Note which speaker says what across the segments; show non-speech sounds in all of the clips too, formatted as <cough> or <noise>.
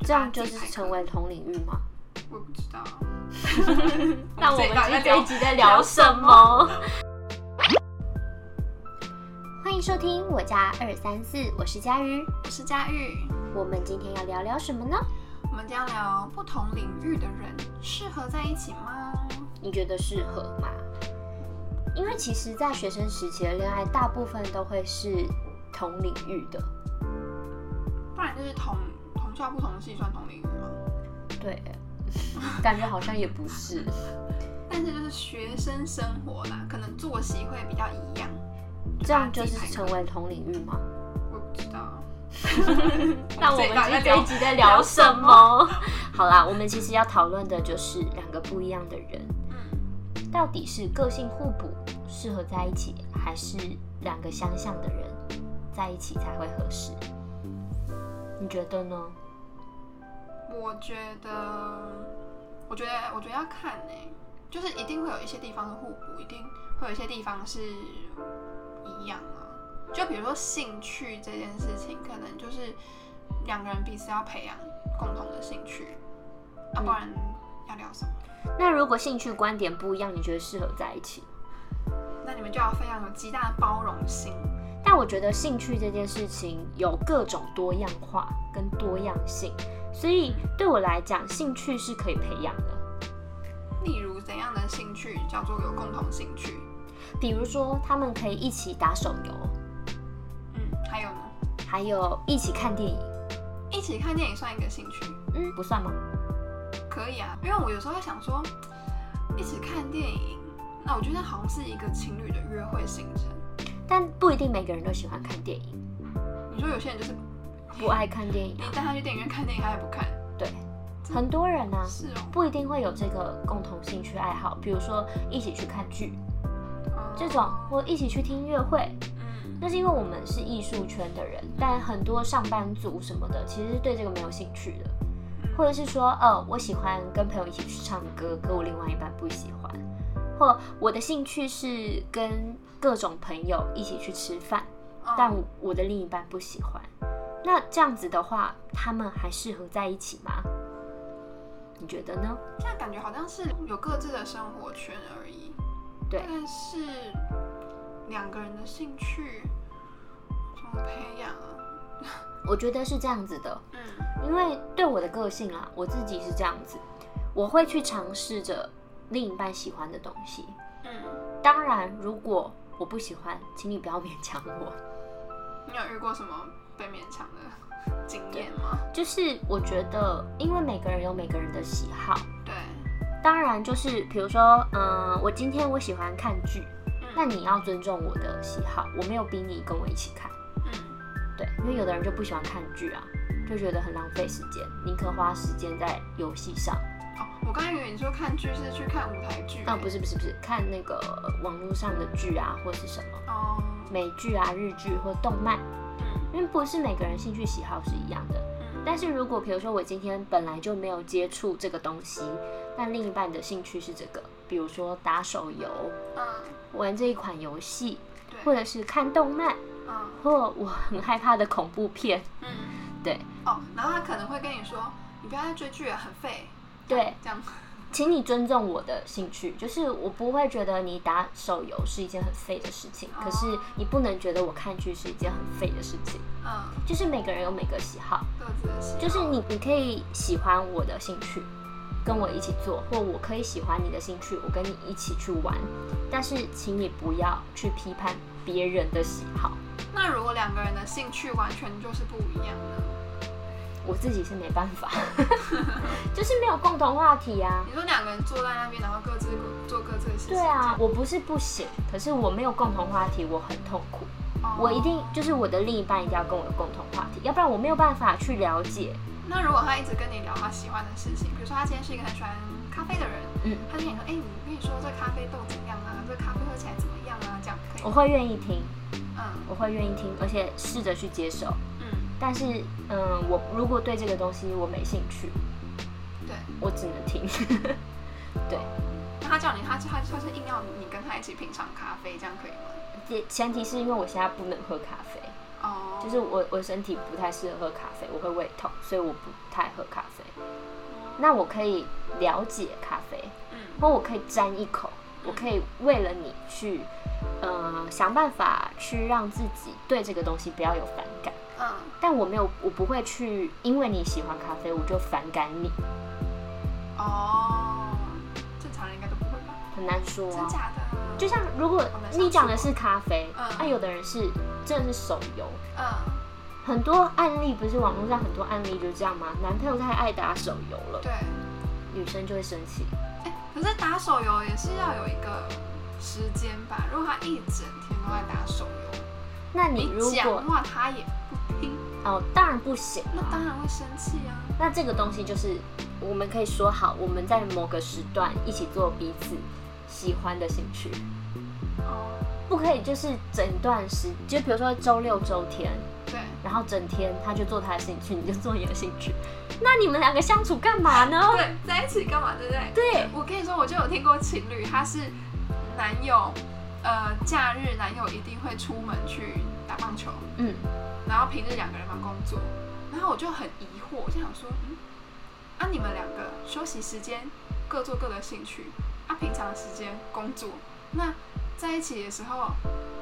Speaker 1: 这样就
Speaker 2: 自己
Speaker 1: 是
Speaker 2: 排
Speaker 1: 成
Speaker 2: 课
Speaker 1: 为同领域吗？嗯
Speaker 2: 我也不知
Speaker 1: <laughs>
Speaker 2: 道啊。
Speaker 1: 那我们
Speaker 2: 这一
Speaker 1: 今
Speaker 2: 段
Speaker 1: 这一集在聊什么？欢迎收听我家二三四，我是佳瑜。
Speaker 2: 我是佳玉，
Speaker 1: 我们今天要聊聊什么呢？
Speaker 2: 我们将聊不同领域的人适合在一起吗？
Speaker 1: 你觉得适合吗？因为其实，在学生时期的恋爱，大部分都会是同领域的。
Speaker 2: 不然就是同同校不同系算同领域吗？
Speaker 1: <laughs> 对，感觉好像也不是。
Speaker 2: 但是就是学生生活啦，可能作息会比较一样。
Speaker 1: 这样就是成为同领域吗？
Speaker 2: 我也不知道啊。
Speaker 1: 那我们这这一集在聊什么？好啦，我们其实要讨论的就是两个不一样的人，
Speaker 2: 嗯，
Speaker 1: 到底是个性互补适合在一起，还是两个相像的人在一起才会合适？你觉得呢？
Speaker 2: 我觉得，我觉得，我觉得要看呢、就是一定会有一些地方是互补，一定会有一些地方是一样啊。就比如说兴趣这件事情，可能就是两个人彼此要培养共同的兴趣，要、不然要聊什么？
Speaker 1: 那如果兴趣观点不一样，你觉得适合在一起？
Speaker 2: 那你们就要非常有极大的包容心。
Speaker 1: 但我觉得兴趣这件事情有各种多样化跟多样性，所以对我来讲，兴趣是可以培养的。
Speaker 2: 例如怎样的兴趣叫做有共同兴趣？
Speaker 1: 比如说，他们可以一起打手游，
Speaker 2: 嗯，还有呢，
Speaker 1: 还有一起看电影，
Speaker 2: 一起看电影算一个兴趣，
Speaker 1: 嗯，不算吗？
Speaker 2: 可以啊。因为我有时候会想说，一起看电影，那我觉得好像是一个情侣的约会行程。
Speaker 1: 但不一定每个人都喜欢看电影，
Speaker 2: 你说有些人就是
Speaker 1: 不爱看电影
Speaker 2: 你，带他去电影院看电影，他也不看，
Speaker 1: <laughs> 对，很多人啊，
Speaker 2: 是哦。
Speaker 1: 不一定会有这个共同兴趣爱好，比如说一起去看剧
Speaker 2: 哦
Speaker 1: 这种，或一起去听音乐会，
Speaker 2: 嗯
Speaker 1: 那是因为我们是艺术圈的人，但很多上班族什么的，其实对这个没有兴趣的，或者是说，哦，我喜欢跟朋友一起去唱歌，可我另外一半不喜欢，或我的兴趣是跟各种朋友一起去吃饭，
Speaker 2: 嗯
Speaker 1: 但我的另一半不喜欢。那这样子的话，他们还适合在一起吗？你觉得呢？
Speaker 2: 这样感觉好像是有各自的生活圈而已。
Speaker 1: 对
Speaker 2: 但是两个人的兴趣怎么培养啊？
Speaker 1: 我觉得是这样子的，
Speaker 2: 嗯
Speaker 1: 因为对我的个性啊，我自己是这样子，我会去尝试着另一半喜欢的东西。
Speaker 2: 嗯，
Speaker 1: 当然，如果我不喜欢，请你不要勉强我。
Speaker 2: 你有遇过什么被勉强的经验吗？
Speaker 1: 就是我觉得，因为每个人有每个人的喜好，
Speaker 2: 对，
Speaker 1: 当然就是比如说，嗯，我今天我喜欢看剧，
Speaker 2: 嗯
Speaker 1: 那你要尊重我的喜好，我没有逼你跟我一起看。
Speaker 2: 嗯
Speaker 1: 对，因为有的人就不喜欢看剧啊，就觉得很浪费时间，宁可花时间在游戏上。
Speaker 2: 哦，我刚才以为你说看剧是去看舞台剧、
Speaker 1: 啊，不是不是不是，看那个网络上的剧啊，或是什么
Speaker 2: 哦，
Speaker 1: 美剧啊、日剧或动漫，
Speaker 2: 嗯
Speaker 1: 因为不是每个人兴趣喜好是一样的。
Speaker 2: 嗯，
Speaker 1: 但是如果比如说我今天本来就没有接触这个东西，那另一半的兴趣是这个，比如说打手游、
Speaker 2: 嗯
Speaker 1: 玩这一款游戏，
Speaker 2: 对，
Speaker 1: 或者是看动漫，
Speaker 2: 嗯
Speaker 1: 或我很害怕的恐怖片，
Speaker 2: 嗯
Speaker 1: 对
Speaker 2: 哦，然后他可能会跟你说，你不要再追剧了，很废，
Speaker 1: 对，
Speaker 2: 这样，
Speaker 1: 请你尊重我的兴趣，就是我不会觉得你打手游是一件很废的事情，
Speaker 2: 哦
Speaker 1: 可是你不能觉得我看剧是一件很废的事情。
Speaker 2: 嗯，
Speaker 1: 就是每个人有每个喜好，
Speaker 2: 各自的喜好
Speaker 1: 就是你你可以喜欢我的兴趣，跟我一起做，或我可以喜欢你的兴趣，我跟你一起去玩，但是请你不要去批判别人的喜好。
Speaker 2: 那如果两个人的兴趣完全就是不一样呢？
Speaker 1: 我自己是没办法，就是没有共同话题啊。
Speaker 2: 你说两个人坐在那边，然后各自做各自的事情，
Speaker 1: 对啊，我不是不行，可是我没有共同话题，我很痛苦。
Speaker 2: 这样，哦
Speaker 1: 我一定就是我的另一半一定要跟我有共同话题，要不然我没有办法去了解。
Speaker 2: 那如果他一直跟你聊他喜欢的事情，比如说他今天是一个很喜欢咖啡的人，
Speaker 1: 嗯，
Speaker 2: 他就跟你说，哎、我跟你说这咖啡豆怎么样啊？这咖啡喝起来怎么样啊？这样可以
Speaker 1: 我
Speaker 2: 吗？
Speaker 1: 会愿意听，
Speaker 2: 嗯
Speaker 1: 我会愿意听，而且试着去接受。
Speaker 2: 嗯，
Speaker 1: 但是，嗯，我如果对这个东西我没兴趣，
Speaker 2: 对。
Speaker 1: 我只能听。 <laughs> 对，
Speaker 2: 那他叫你，他他他是硬要你跟他一起品尝咖啡，这样可以吗？
Speaker 1: 前前提是因为我现在不能喝咖啡，
Speaker 2: 哦，
Speaker 1: 就是我我身体不太适合喝咖啡，我会胃痛，所以我不太喝咖啡。那我可以了解咖啡，
Speaker 2: 嗯
Speaker 1: 或我可以沾一口，我可以为了你去，呃，想办法去让自己对这个东西不要有反感。
Speaker 2: 嗯，
Speaker 1: 但我没有，我不会去因为你喜欢咖啡我就反感你，
Speaker 2: 哦，正常人应该都不会吧？
Speaker 1: 很难说
Speaker 2: 真
Speaker 1: 啊。
Speaker 2: 假的？
Speaker 1: 就像如果
Speaker 2: 们
Speaker 1: 你讲的
Speaker 2: 相处
Speaker 1: 是咖啡，
Speaker 2: 嗯
Speaker 1: 那、有的人是真的是手游，
Speaker 2: 嗯，
Speaker 1: 很多案例不是网络上很多案例就是这样吗？男朋友太爱打手游了，
Speaker 2: 对。
Speaker 1: 女生就会生气。
Speaker 2: 哎，可是打手游也是要有一个时间吧？如果他一整天都在打手游，
Speaker 1: 那你如
Speaker 2: 你
Speaker 1: 果
Speaker 2: 讲话他也不听，
Speaker 1: 哦，当然不行
Speaker 2: 那
Speaker 1: 啊。
Speaker 2: 当然会生气啊。
Speaker 1: 那这个东西就是我们可以说好，我们在某个时段一起做彼此喜欢的兴趣，
Speaker 2: 哦，
Speaker 1: 不可以就是整段时，就比如说周六周天，
Speaker 2: 对，
Speaker 1: 然后整天他就做他的兴趣，你就做你的兴趣，那你们两个相处干嘛呢？
Speaker 2: 对，在一起干嘛？对不对？
Speaker 1: 对
Speaker 2: 哎我跟你说，我就有听过情侣，他是男友，呃，假日男友一定会出门去打棒球，
Speaker 1: 嗯，
Speaker 2: 然后平日两个人忙工作，然后我就很疑惑，我就想说，嗯，啊，你们两个休息时间各做各的兴趣，啊，平常时间工作，那在一起的时候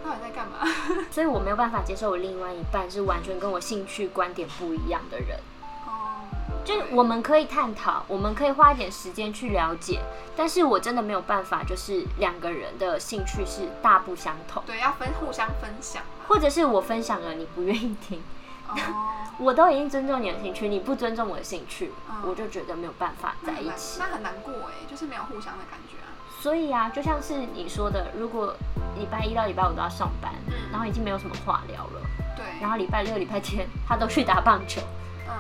Speaker 2: 到底在干
Speaker 1: <laughs>
Speaker 2: 嘛？
Speaker 1: 所以我没有办法接受我另外一半是完全跟我兴趣观点不一样的人。
Speaker 2: 哦，
Speaker 1: 就是
Speaker 2: 对
Speaker 1: 我们可以探讨，我们可以花一点时间去了解，但是我真的没有办法，就是两个人的兴趣是大不相同，
Speaker 2: 对要分互相分享嘛。
Speaker 1: 或者是我分享了你不愿意听， <laughs>
Speaker 2: 哦，
Speaker 1: 我都已经尊重你的兴趣，你不尊重我的兴趣，
Speaker 2: 嗯
Speaker 1: 我就觉得没有办法
Speaker 2: 那
Speaker 1: 在
Speaker 2: 很
Speaker 1: 一
Speaker 2: 难，
Speaker 1: 起
Speaker 2: 那。很难过哎，就是没有互相的感觉啊。
Speaker 1: 所以啊，就像是你说的，如果礼拜一到礼拜五都要上班，
Speaker 2: 嗯
Speaker 1: 然后已经没有什么话聊了，
Speaker 2: 对，
Speaker 1: 然后礼拜六、礼拜天他都去打棒球， <laughs>
Speaker 2: 嗯，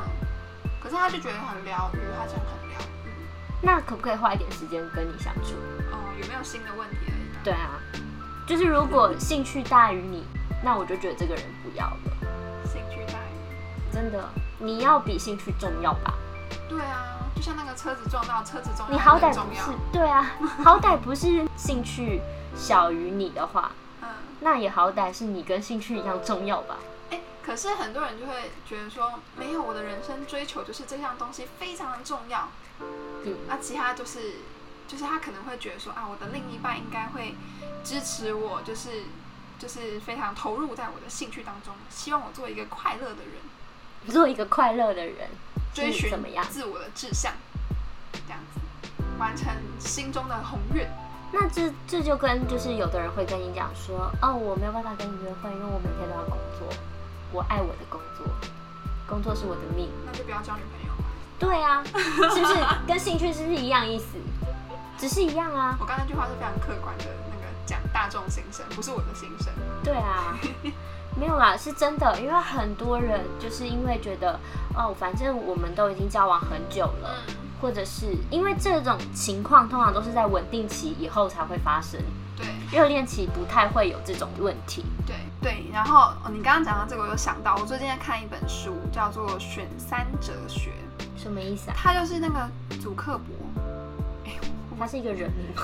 Speaker 2: 可是他就觉得很疗愈，他真的很疗愈。
Speaker 1: 那可不可以花一点时间跟你相处？
Speaker 2: 哦，有没有新的问题而已吧。
Speaker 1: 对啊，就是如果兴趣大于你，那我就觉得这个人不要了。
Speaker 2: 兴趣大于。
Speaker 1: 真的，你要比兴趣重要吧？
Speaker 2: 对啊，就像那个车子撞到车子重要，
Speaker 1: 你好
Speaker 2: 很
Speaker 1: 歹
Speaker 2: 重
Speaker 1: 不
Speaker 2: 要
Speaker 1: 是。对啊，好歹不是兴趣小于你的话，
Speaker 2: 嗯，
Speaker 1: 那也好歹是你跟兴趣一样重要吧？
Speaker 2: 哎，可是很多人就会觉得说，没有我的人生追求就是这项东西非常的重要，
Speaker 1: 嗯，
Speaker 2: 那、其他就是就是他可能会觉得说啊，我的另一半应该会支持我，就是就是非常投入在我的兴趣当中，希望我做一个快乐的人，
Speaker 1: 做一个快乐的人，
Speaker 2: 追寻
Speaker 1: 是嗯怎么样？
Speaker 2: 自我的志向，这样子完成心中的宏愿。
Speaker 1: 那这这就跟就是有的人会跟你讲说，哦，我没有办法跟你约会，因为我每天都要工作，我爱我的工作，工作是我的命。
Speaker 2: 那就不要交女朋友吧。
Speaker 1: 对啊，是不是跟兴趣是不是一样意思？只是一样啊，
Speaker 2: 我刚才那句话是非常客观的，那个讲大众心声，不是我的心声。
Speaker 1: 对啊，没有啦，是真的，因为很多人就是因为觉得，哦，反正我们都已经交往很久了，
Speaker 2: 嗯，
Speaker 1: 或者是因为这种情况通常都是在稳定期以后才会发生，
Speaker 2: 对
Speaker 1: 热恋期不太会有这种问题。
Speaker 2: 对对。然后哦你刚刚讲到这个，我就想到我最近在看一本书，叫做《选三哲学》，
Speaker 1: 什么意思啊？
Speaker 2: 它就是那个祖克伯，
Speaker 1: 他是一个人名吗？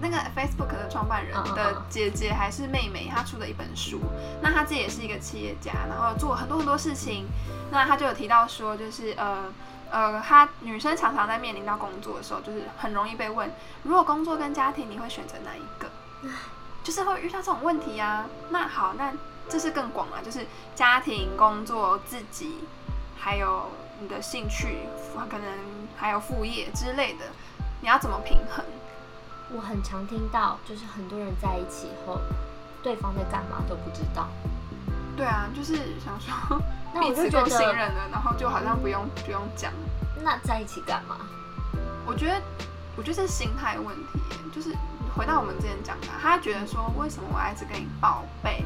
Speaker 2: 那个 Facebook 的创办人
Speaker 1: 嗯嗯嗯
Speaker 2: 的姐姐还是妹妹，她出的一本书。那她自己也是一个企业家，然后做很多很多事情。那她就有提到说，就是呃呃，她女生常常在面临到工作的时候，就是很容易被问，如果工作跟家庭，你会选择哪一个？就是会遇到这种问题啊。那好，那这是更广了，啊就是家庭、工作、自己，还有你的兴趣，可能还有副业之类的，你要怎么平衡？
Speaker 1: 我很常听到，就是很多人在一起后，对方在干嘛都不知道。
Speaker 2: 对啊，就是想说 <laughs>
Speaker 1: 那
Speaker 2: 彼
Speaker 1: 我就
Speaker 2: 此
Speaker 1: 觉
Speaker 2: 够信
Speaker 1: 得，
Speaker 2: 任了，然后就好像不用不用讲。
Speaker 1: 那在一起干嘛？
Speaker 2: 我觉得，我觉得是心态问题耶，就是回到我们之前讲的，他觉得说为什么我要一直跟你报备？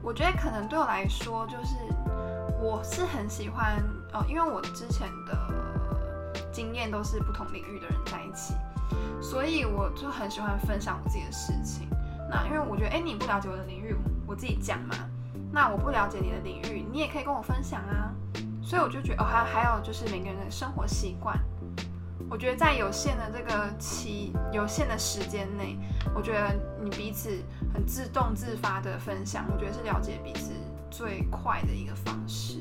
Speaker 2: 我觉得可能对我来说，就是我是很喜欢，呃，因为我之前的经验都是不同领域的人在一起，所以我就很喜欢分享我自己的事情。那因为我觉得，哎，你不了解我的领域，我自己讲嘛。那我不了解你的领域，你也可以跟我分享啊。所以我就觉得，哦，还还有就是每个人的生活习惯，我觉得在有限的这个期、有限的时间内，我觉得你彼此很自动自发的分享，我觉得是了解彼此最快的一个方式。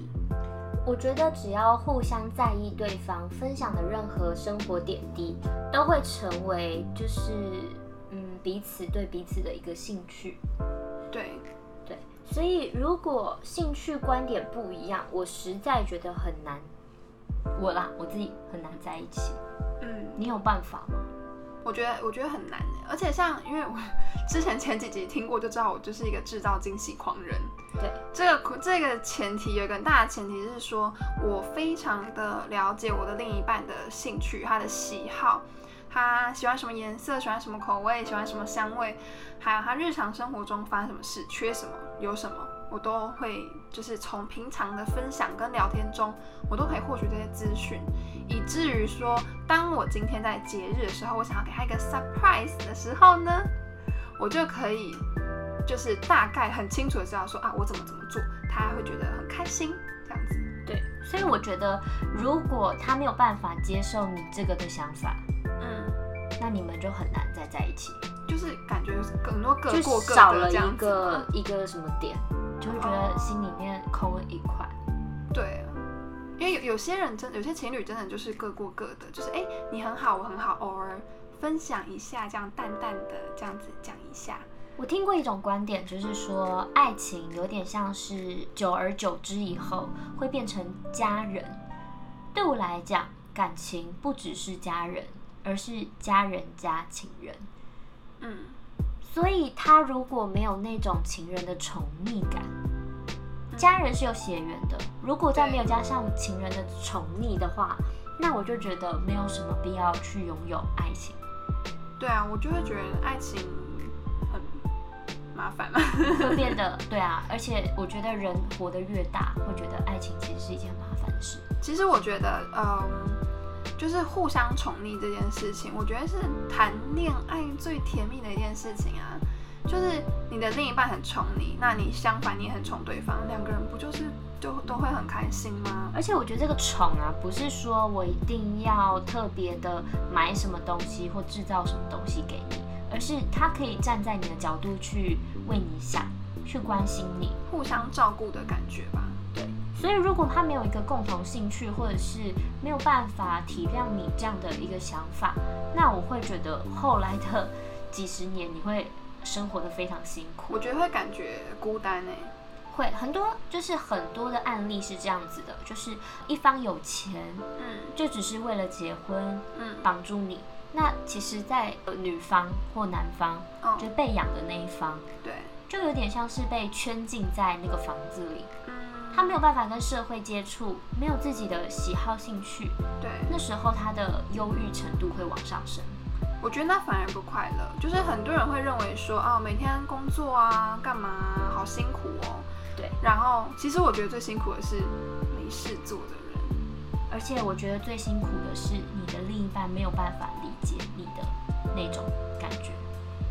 Speaker 1: 我觉得只要互相在意对方，分享的任何生活点滴，都会成为就是嗯彼此对彼此的一个兴趣。
Speaker 2: 对，
Speaker 1: 对，所以如果兴趣观点不一样，我实在觉得很难。我啦，我自己很难在一起。
Speaker 2: 嗯，
Speaker 1: 你有办法吗？
Speaker 2: 我觉得我觉得很难耶，而且像因为我之前前几集听过就知道我就是一个制造惊喜狂人。
Speaker 1: 对，
Speaker 2: 这个这个前提有一个很大的前提是说，我非常的了解我的另一半的兴趣、他的喜好，他喜欢什么颜色、喜欢什么口味、喜欢什么香味，还有他日常生活中发生什么事、缺什么、有什么，我都会就是从平常的分享跟聊天中，我都可以获取这些资讯，以至于说，当我今天在节日的时候，我想要给他一个 surprise 的时候呢，我就可以就是大概很清楚的知道说啊，我怎么怎么做，他会觉得很开心，这样子。
Speaker 1: 对，所以我觉得如果他没有办法接受你这个的想法，
Speaker 2: 嗯，
Speaker 1: 那你们就很难再在一起，
Speaker 2: 就是感觉就是很多各
Speaker 1: 就
Speaker 2: 过各
Speaker 1: 少
Speaker 2: 的
Speaker 1: 了
Speaker 2: 这样
Speaker 1: 一
Speaker 2: 子
Speaker 1: 个
Speaker 2: 嘛。
Speaker 1: 一个什么点，就会觉得心里面空了一块。
Speaker 2: 嗯对，因为有有些人真，有些情侣真的就是各过各的，就是哎、你很好，我很好，偶尔分享一下，这样淡淡的这样子讲一下。
Speaker 1: 我听过一种观点，就是说爱情有点像是久而久之以后会变成家人。对我来讲，感情不只是家人，而是家人加情人。
Speaker 2: 嗯，
Speaker 1: 所以他如果没有那种情人的宠溺感，家人是有血缘的，如果再没有加上情人的宠溺的话，那我就觉得没有什么必要去拥有爱情。
Speaker 2: 对啊，我就会觉得爱情很麻烦嘛。 <laughs>
Speaker 1: 会变得对啊，而且我觉得人活得越大，会觉得爱情其实是一件很麻烦的事。
Speaker 2: 其实我觉得，嗯，就是互相宠溺这件事情，我觉得是谈恋爱最甜蜜的一件事情啊。就是你的另一半很宠你，那你相反你也很宠对方，两个人不就是就都会很开心吗？
Speaker 1: 而且我觉得这个宠啊，不是说我一定要特别的买什么东西或制造什么东西给你，而是他可以站在你的角度去为你想，去关心你。
Speaker 2: 互相照顾的感觉吧。
Speaker 1: 对，所以如果他没有一个共同兴趣，或者是没有办法体谅你这样的一个想法，那我会觉得后来的几十年你会生活的非常辛苦
Speaker 2: 我。觉得会感觉孤单哎、
Speaker 1: 会很多，就是很多的案例是这样子的，就是一方有钱，
Speaker 2: 嗯
Speaker 1: 就只是为了结婚
Speaker 2: 嗯
Speaker 1: 绑住你。那其实，在女方或男方，
Speaker 2: 哦
Speaker 1: 就被养的那一方，
Speaker 2: 对，
Speaker 1: 就有点像是被圈禁在那个房子里，
Speaker 2: 嗯，
Speaker 1: 他没有办法跟社会接触，没有自己的喜好兴趣，
Speaker 2: 嗯对，
Speaker 1: 那时候他的忧郁程度会往上升。
Speaker 2: 我觉得那反而不快乐。就是很多人会认为说，哦，每天工作啊，干嘛啊、好辛苦哦。
Speaker 1: 对，
Speaker 2: 然后其实我觉得最辛苦的是没事做的人。
Speaker 1: 而且我觉得最辛苦的是，你的另一半没有办法理解你的那种感觉，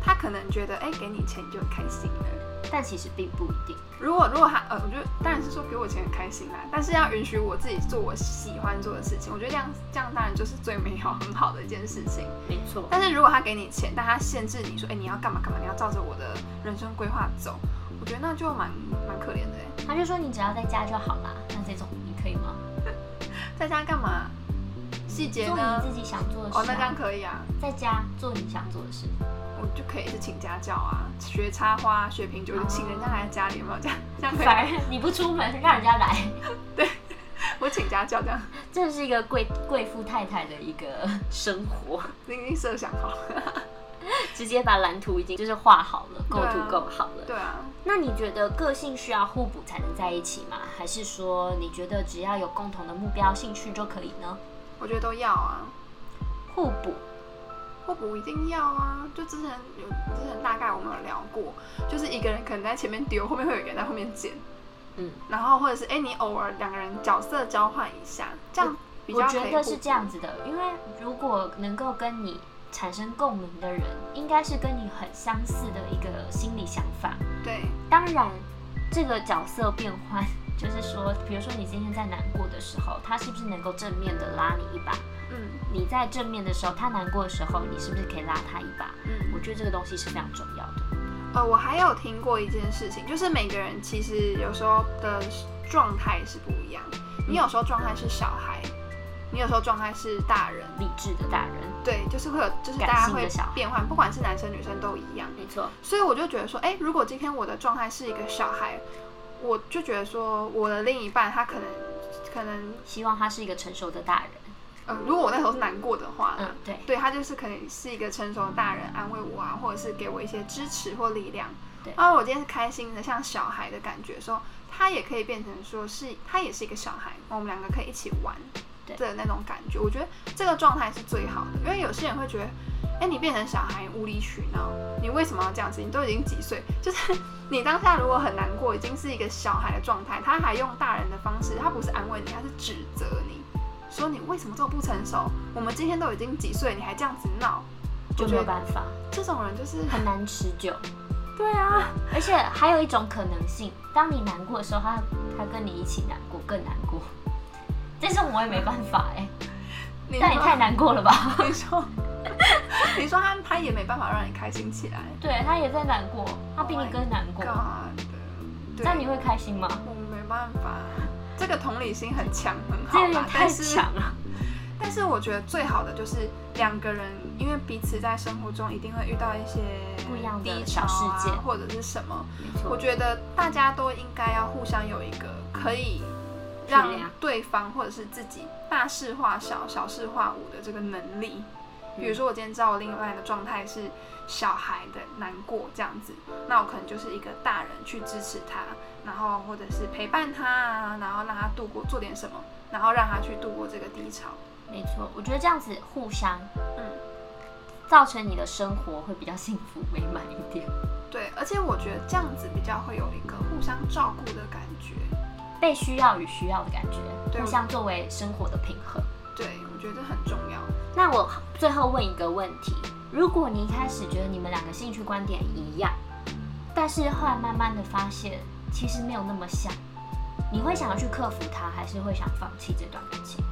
Speaker 2: 他可能觉得，哎，给你钱就很开心了。
Speaker 1: 但其实并不一定。
Speaker 2: 如果如果他，呃，我觉得当然是说给我钱很开心啦，但是要允许我自己做我喜欢做的事情。我觉得这样这样当然就是最美好、 <laughs> 很好的一件事情。
Speaker 1: 没错
Speaker 2: 但是如果他给你钱，但他限制你说，哎，你要干嘛干嘛，你要照着我的人生规划走，我觉得那就蛮蛮可怜的哎。
Speaker 1: 他就说你只要在家就好啦。那这种你可以吗？
Speaker 2: 在家干嘛？细节
Speaker 1: 做
Speaker 2: 呢
Speaker 1: 你？自己想做的事、啊。
Speaker 2: 哦，那这样可以啊，
Speaker 1: 在家做你想做的
Speaker 2: <laughs>
Speaker 1: 事。
Speaker 2: 我就可以是请家教啊，学插花、学品
Speaker 1: 哦
Speaker 2: 酒，就请人家来家里，有没有这样？这样可以吗
Speaker 1: 反？而你不出门，让人家来，
Speaker 2: 我请家教这样，
Speaker 1: 这是一个贵贵妇太太的一个生活，
Speaker 2: 你已经设想好了。
Speaker 1: 直接把蓝图已经就是画好了，构
Speaker 2: 对啊
Speaker 1: 图构好了。
Speaker 2: 对啊，
Speaker 1: 那你觉得个性需要互补才能在一起吗？还是说你觉得只要有共同的目标、兴趣就可以呢？
Speaker 2: 我觉得都要啊，
Speaker 1: 互补，
Speaker 2: 互补一定要啊。就之前有之前大概我们有聊过，就是一个人可能在前面丢，后面会有一个人在后面捡，
Speaker 1: 嗯，
Speaker 2: 然后或者是哎、你偶尔两个人角色交换一下，这样比
Speaker 1: 我
Speaker 2: 较可
Speaker 1: 觉
Speaker 2: 以
Speaker 1: 得是
Speaker 2: 互补
Speaker 1: 这样子的，因为如果能够跟你产生共鸣的人，应该是跟你很相似的一个心理想法。
Speaker 2: 对，
Speaker 1: 当然，这个角色变换，就是说，比如说你今天在难过的时候，他是不是能够正面的拉你一把？
Speaker 2: 嗯
Speaker 1: 你在正面的时候，他难过的时候，你是不是可以拉他一把？
Speaker 2: 嗯
Speaker 1: 我觉得这个东西是非常重要的。
Speaker 2: 呃，我还有听过一件事情，就是每个人其实有时候的状态是不一样。
Speaker 1: 嗯
Speaker 2: 你有时候状态是小孩，你有时候状态是大人。
Speaker 1: 理智的大人，
Speaker 2: 对，就是会有，就是大
Speaker 1: 感
Speaker 2: 家
Speaker 1: 性的
Speaker 2: 会
Speaker 1: 小孩
Speaker 2: 变换，不管是男生女生都一样。
Speaker 1: 没错，
Speaker 2: 所以我就觉得说，哎、如果今天我的状态是一个小孩，我就觉得说，我的另一半他可能可能，
Speaker 1: 希望他是一个成熟的大人。
Speaker 2: 呃，如果我那时候是难过的话，
Speaker 1: 嗯，对，
Speaker 2: 对他就是可能是一个成熟的大人安慰我啊，或者是给我一些支持或力量。
Speaker 1: 对
Speaker 2: 然后我今天是开心的，像小孩的感觉的时候，他也可以变成说是他也是一个小孩，我们两个可以一起玩
Speaker 1: 对
Speaker 2: 的那种感觉。我觉得这个状态是最好的，因为有些人会觉得，哎，你变成小孩无理取闹，你为什么要这样子？你都已经几岁？就是 <laughs> 你当下如果很难过，已经是一个小孩的状态，他还用大人的方式，他不是安慰你，他是指责你。说你为什么这么不成熟？我们今天都已经几岁，你还这样子闹，
Speaker 1: 就没
Speaker 2: 我觉
Speaker 1: 有
Speaker 2: 得
Speaker 1: 办法，
Speaker 2: 这种人就是
Speaker 1: 很难持久。
Speaker 2: 对啊，
Speaker 1: <laughs> 而且还有一种可能性，当你难过的时候，他他跟你一起难过，更难过。但是我也没办法 <laughs> 哎、
Speaker 2: 你
Speaker 1: 那也
Speaker 2: 说
Speaker 1: 太难过了 <laughs> 吧？
Speaker 2: 你说， <laughs> 你说他他也没办法让你开心起来。
Speaker 1: 对他也在难过，他比你更难过。
Speaker 2: God，
Speaker 1: 这
Speaker 2: 对，
Speaker 1: 样你会开心吗？
Speaker 2: 我没办法，这个同理心很强，很
Speaker 1: 这
Speaker 2: 好
Speaker 1: 有点
Speaker 2: 啦，
Speaker 1: 太
Speaker 2: 但是
Speaker 1: 强了。
Speaker 2: 但是我觉得最好的就是两个人，因为彼此在生活中一定会遇到一些
Speaker 1: 不一样的
Speaker 2: 低潮
Speaker 1: 小
Speaker 2: 啊
Speaker 1: 事件
Speaker 2: 或者是什么，
Speaker 1: 没错
Speaker 2: 我觉得大家都应该要互相有一个可以让
Speaker 1: 体谅
Speaker 2: 对方或者是自己大事化小、小事化无的这个能力。
Speaker 1: 嗯
Speaker 2: 比如说，我今天知道我另外的状态是小孩的难过这样子，那我可能就是一个大人去支持他，然后或者是陪伴他啊，然后让他度过做点什么，然后让他去度过这个低潮。
Speaker 1: 没错，我觉得这样子互相
Speaker 2: 嗯，
Speaker 1: 造成你的生活会比较幸福美满一点。
Speaker 2: 对，而且我觉得这样子比较会有一个互相照顾的感觉。
Speaker 1: 被需要与需要的感觉，
Speaker 2: 对
Speaker 1: 互相作为生活的平衡。
Speaker 2: 对，我觉得这很重要。
Speaker 1: 那我最后问一个问题：如果你一开始觉得你们两个兴趣观点一样，但是后来慢慢的发现其实没有那么像，你会想要去克服它，还是会想放弃这段感情？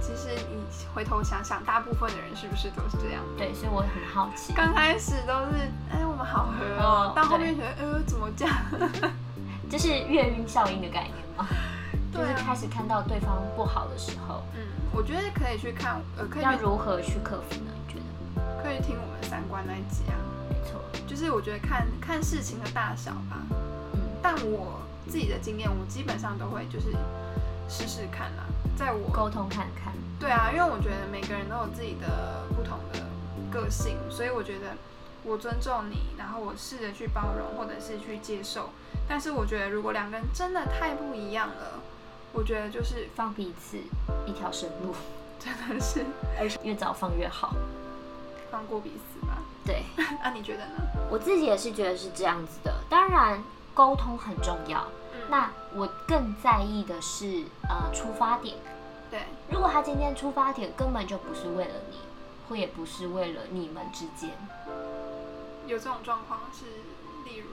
Speaker 2: 其实你回头想想，大部分的人是不是都是这样？
Speaker 1: 对，所以我很好奇。
Speaker 2: 刚开始都是，哎，我们好合
Speaker 1: 哦
Speaker 2: 哦，到后
Speaker 1: 对
Speaker 2: 面觉得，呃，怎么这样？
Speaker 1: 这是月晕效应的概念吗？就
Speaker 2: 对
Speaker 1: 是
Speaker 2: 啊
Speaker 1: 开始看到对方不好的时候，
Speaker 2: 嗯，我觉得可以去看，呃，可以
Speaker 1: 要如何去克服呢？你觉得？
Speaker 2: 可以听我们三观那一集啊。
Speaker 1: 没错，
Speaker 2: 就是我觉得看看事情的大小吧，
Speaker 1: 嗯，
Speaker 2: 但我自己的经验，我基本上都会就是试试看啦。在我
Speaker 1: 沟通看看。
Speaker 2: 对啊，因为我觉得每个人都有自己的不同的个性，所以我觉得我尊重你，然后我试着去包容或者是去接受。但是我觉得如果两个人真的太不一样了，我觉得就是
Speaker 1: 放彼此一条生路，
Speaker 2: 真的是
Speaker 1: 越早放越好。
Speaker 2: 放过彼此吧。嗯
Speaker 1: 对
Speaker 2: 那、你觉得呢？
Speaker 1: <laughs> 我自己也是觉得是这样子的。当然，沟通很重要。
Speaker 2: 嗯
Speaker 1: 那我更在意的是，呃，出发点。
Speaker 2: 对
Speaker 1: 如果他今天出发点根本就不是为了你，或也不是为了你们之间，
Speaker 2: 有这种状况是，例如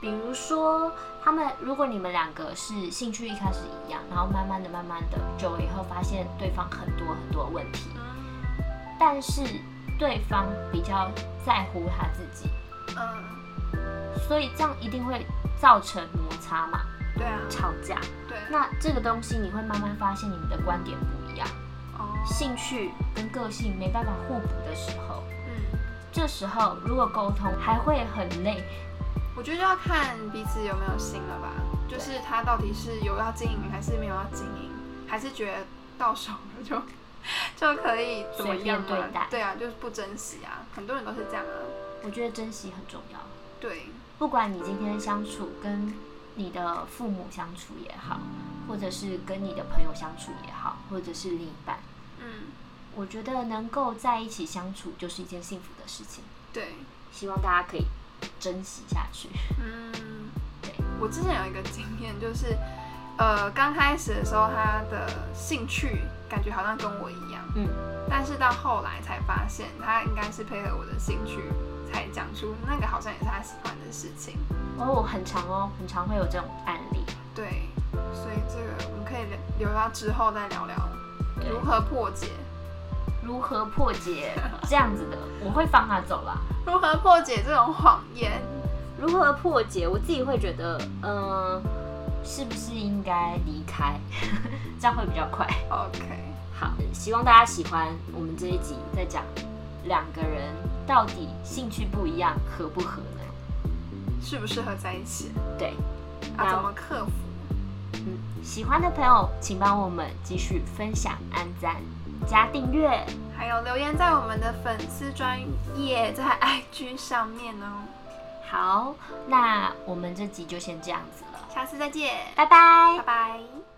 Speaker 1: 比如说，他们如果你们两个是兴趣一开始一样，然后慢慢的、慢慢的久了以后，发现对方很多很多问题，
Speaker 2: 嗯
Speaker 1: 但是对方比较在乎他自己，
Speaker 2: 嗯，
Speaker 1: 所以这样一定会造成摩擦嘛，
Speaker 2: 对啊，
Speaker 1: 吵架。
Speaker 2: 对。
Speaker 1: 那这个东西你会慢慢发现你们的观点不一样，
Speaker 2: 哦，
Speaker 1: 兴趣跟个性没办法互补的时候，
Speaker 2: 嗯，
Speaker 1: 这时候如果沟通还会很累，
Speaker 2: 我觉得就要看彼此有没有心了吧，就是他到底是有要经营还是没有要经营，还是觉得到手了就 <laughs> 就可以怎么样
Speaker 1: 随便对待
Speaker 2: 啊？对啊，就是不珍惜啊，很多人都是这样啊。
Speaker 1: 我觉得珍惜很重要。
Speaker 2: 对，
Speaker 1: 不管你今天相处跟你的父母相处也好，或者是跟你的朋友相处也好，或者是另一半，
Speaker 2: 嗯，
Speaker 1: 我觉得能够在一起相处就是一件幸福的事情。
Speaker 2: 对，
Speaker 1: 希望大家可以珍惜下去。
Speaker 2: 嗯，
Speaker 1: 对，
Speaker 2: 我之前有一个经验就是。呃，刚开始的时候，他的兴趣感觉好像跟我一样，
Speaker 1: 嗯，
Speaker 2: 但是到后来才发现，他应该是配合我的兴趣，才讲出那个好像也是他喜欢的事情。
Speaker 1: 哦，很长哦，很常会有这种案例。
Speaker 2: 对，所以这个我们可以留留到之后再聊聊
Speaker 1: 对
Speaker 2: 如何破解，
Speaker 1: 如何 <laughs> 破解这样子的，我会放他走啦。
Speaker 2: 如何破解这种谎言。
Speaker 1: 如何破解？我自己会觉得，嗯、是不是应该离开？ <laughs> 这样会比较快。
Speaker 2: OK，
Speaker 1: 好，希望大家喜欢我们这一集在讲两个人到底兴趣不一样合不合呢？
Speaker 2: 适不适合在一起？
Speaker 1: 对，
Speaker 2: 啊，
Speaker 1: 那
Speaker 2: 怎么克服？
Speaker 1: 嗯，喜欢的朋友请帮我们继续分享、按赞、加订阅。
Speaker 2: 还有留言在我们的粉丝专业在 IG 上面哦。
Speaker 1: 好，那我们这集就先这样子了，
Speaker 2: 下次再见，
Speaker 1: 拜拜
Speaker 2: 拜拜。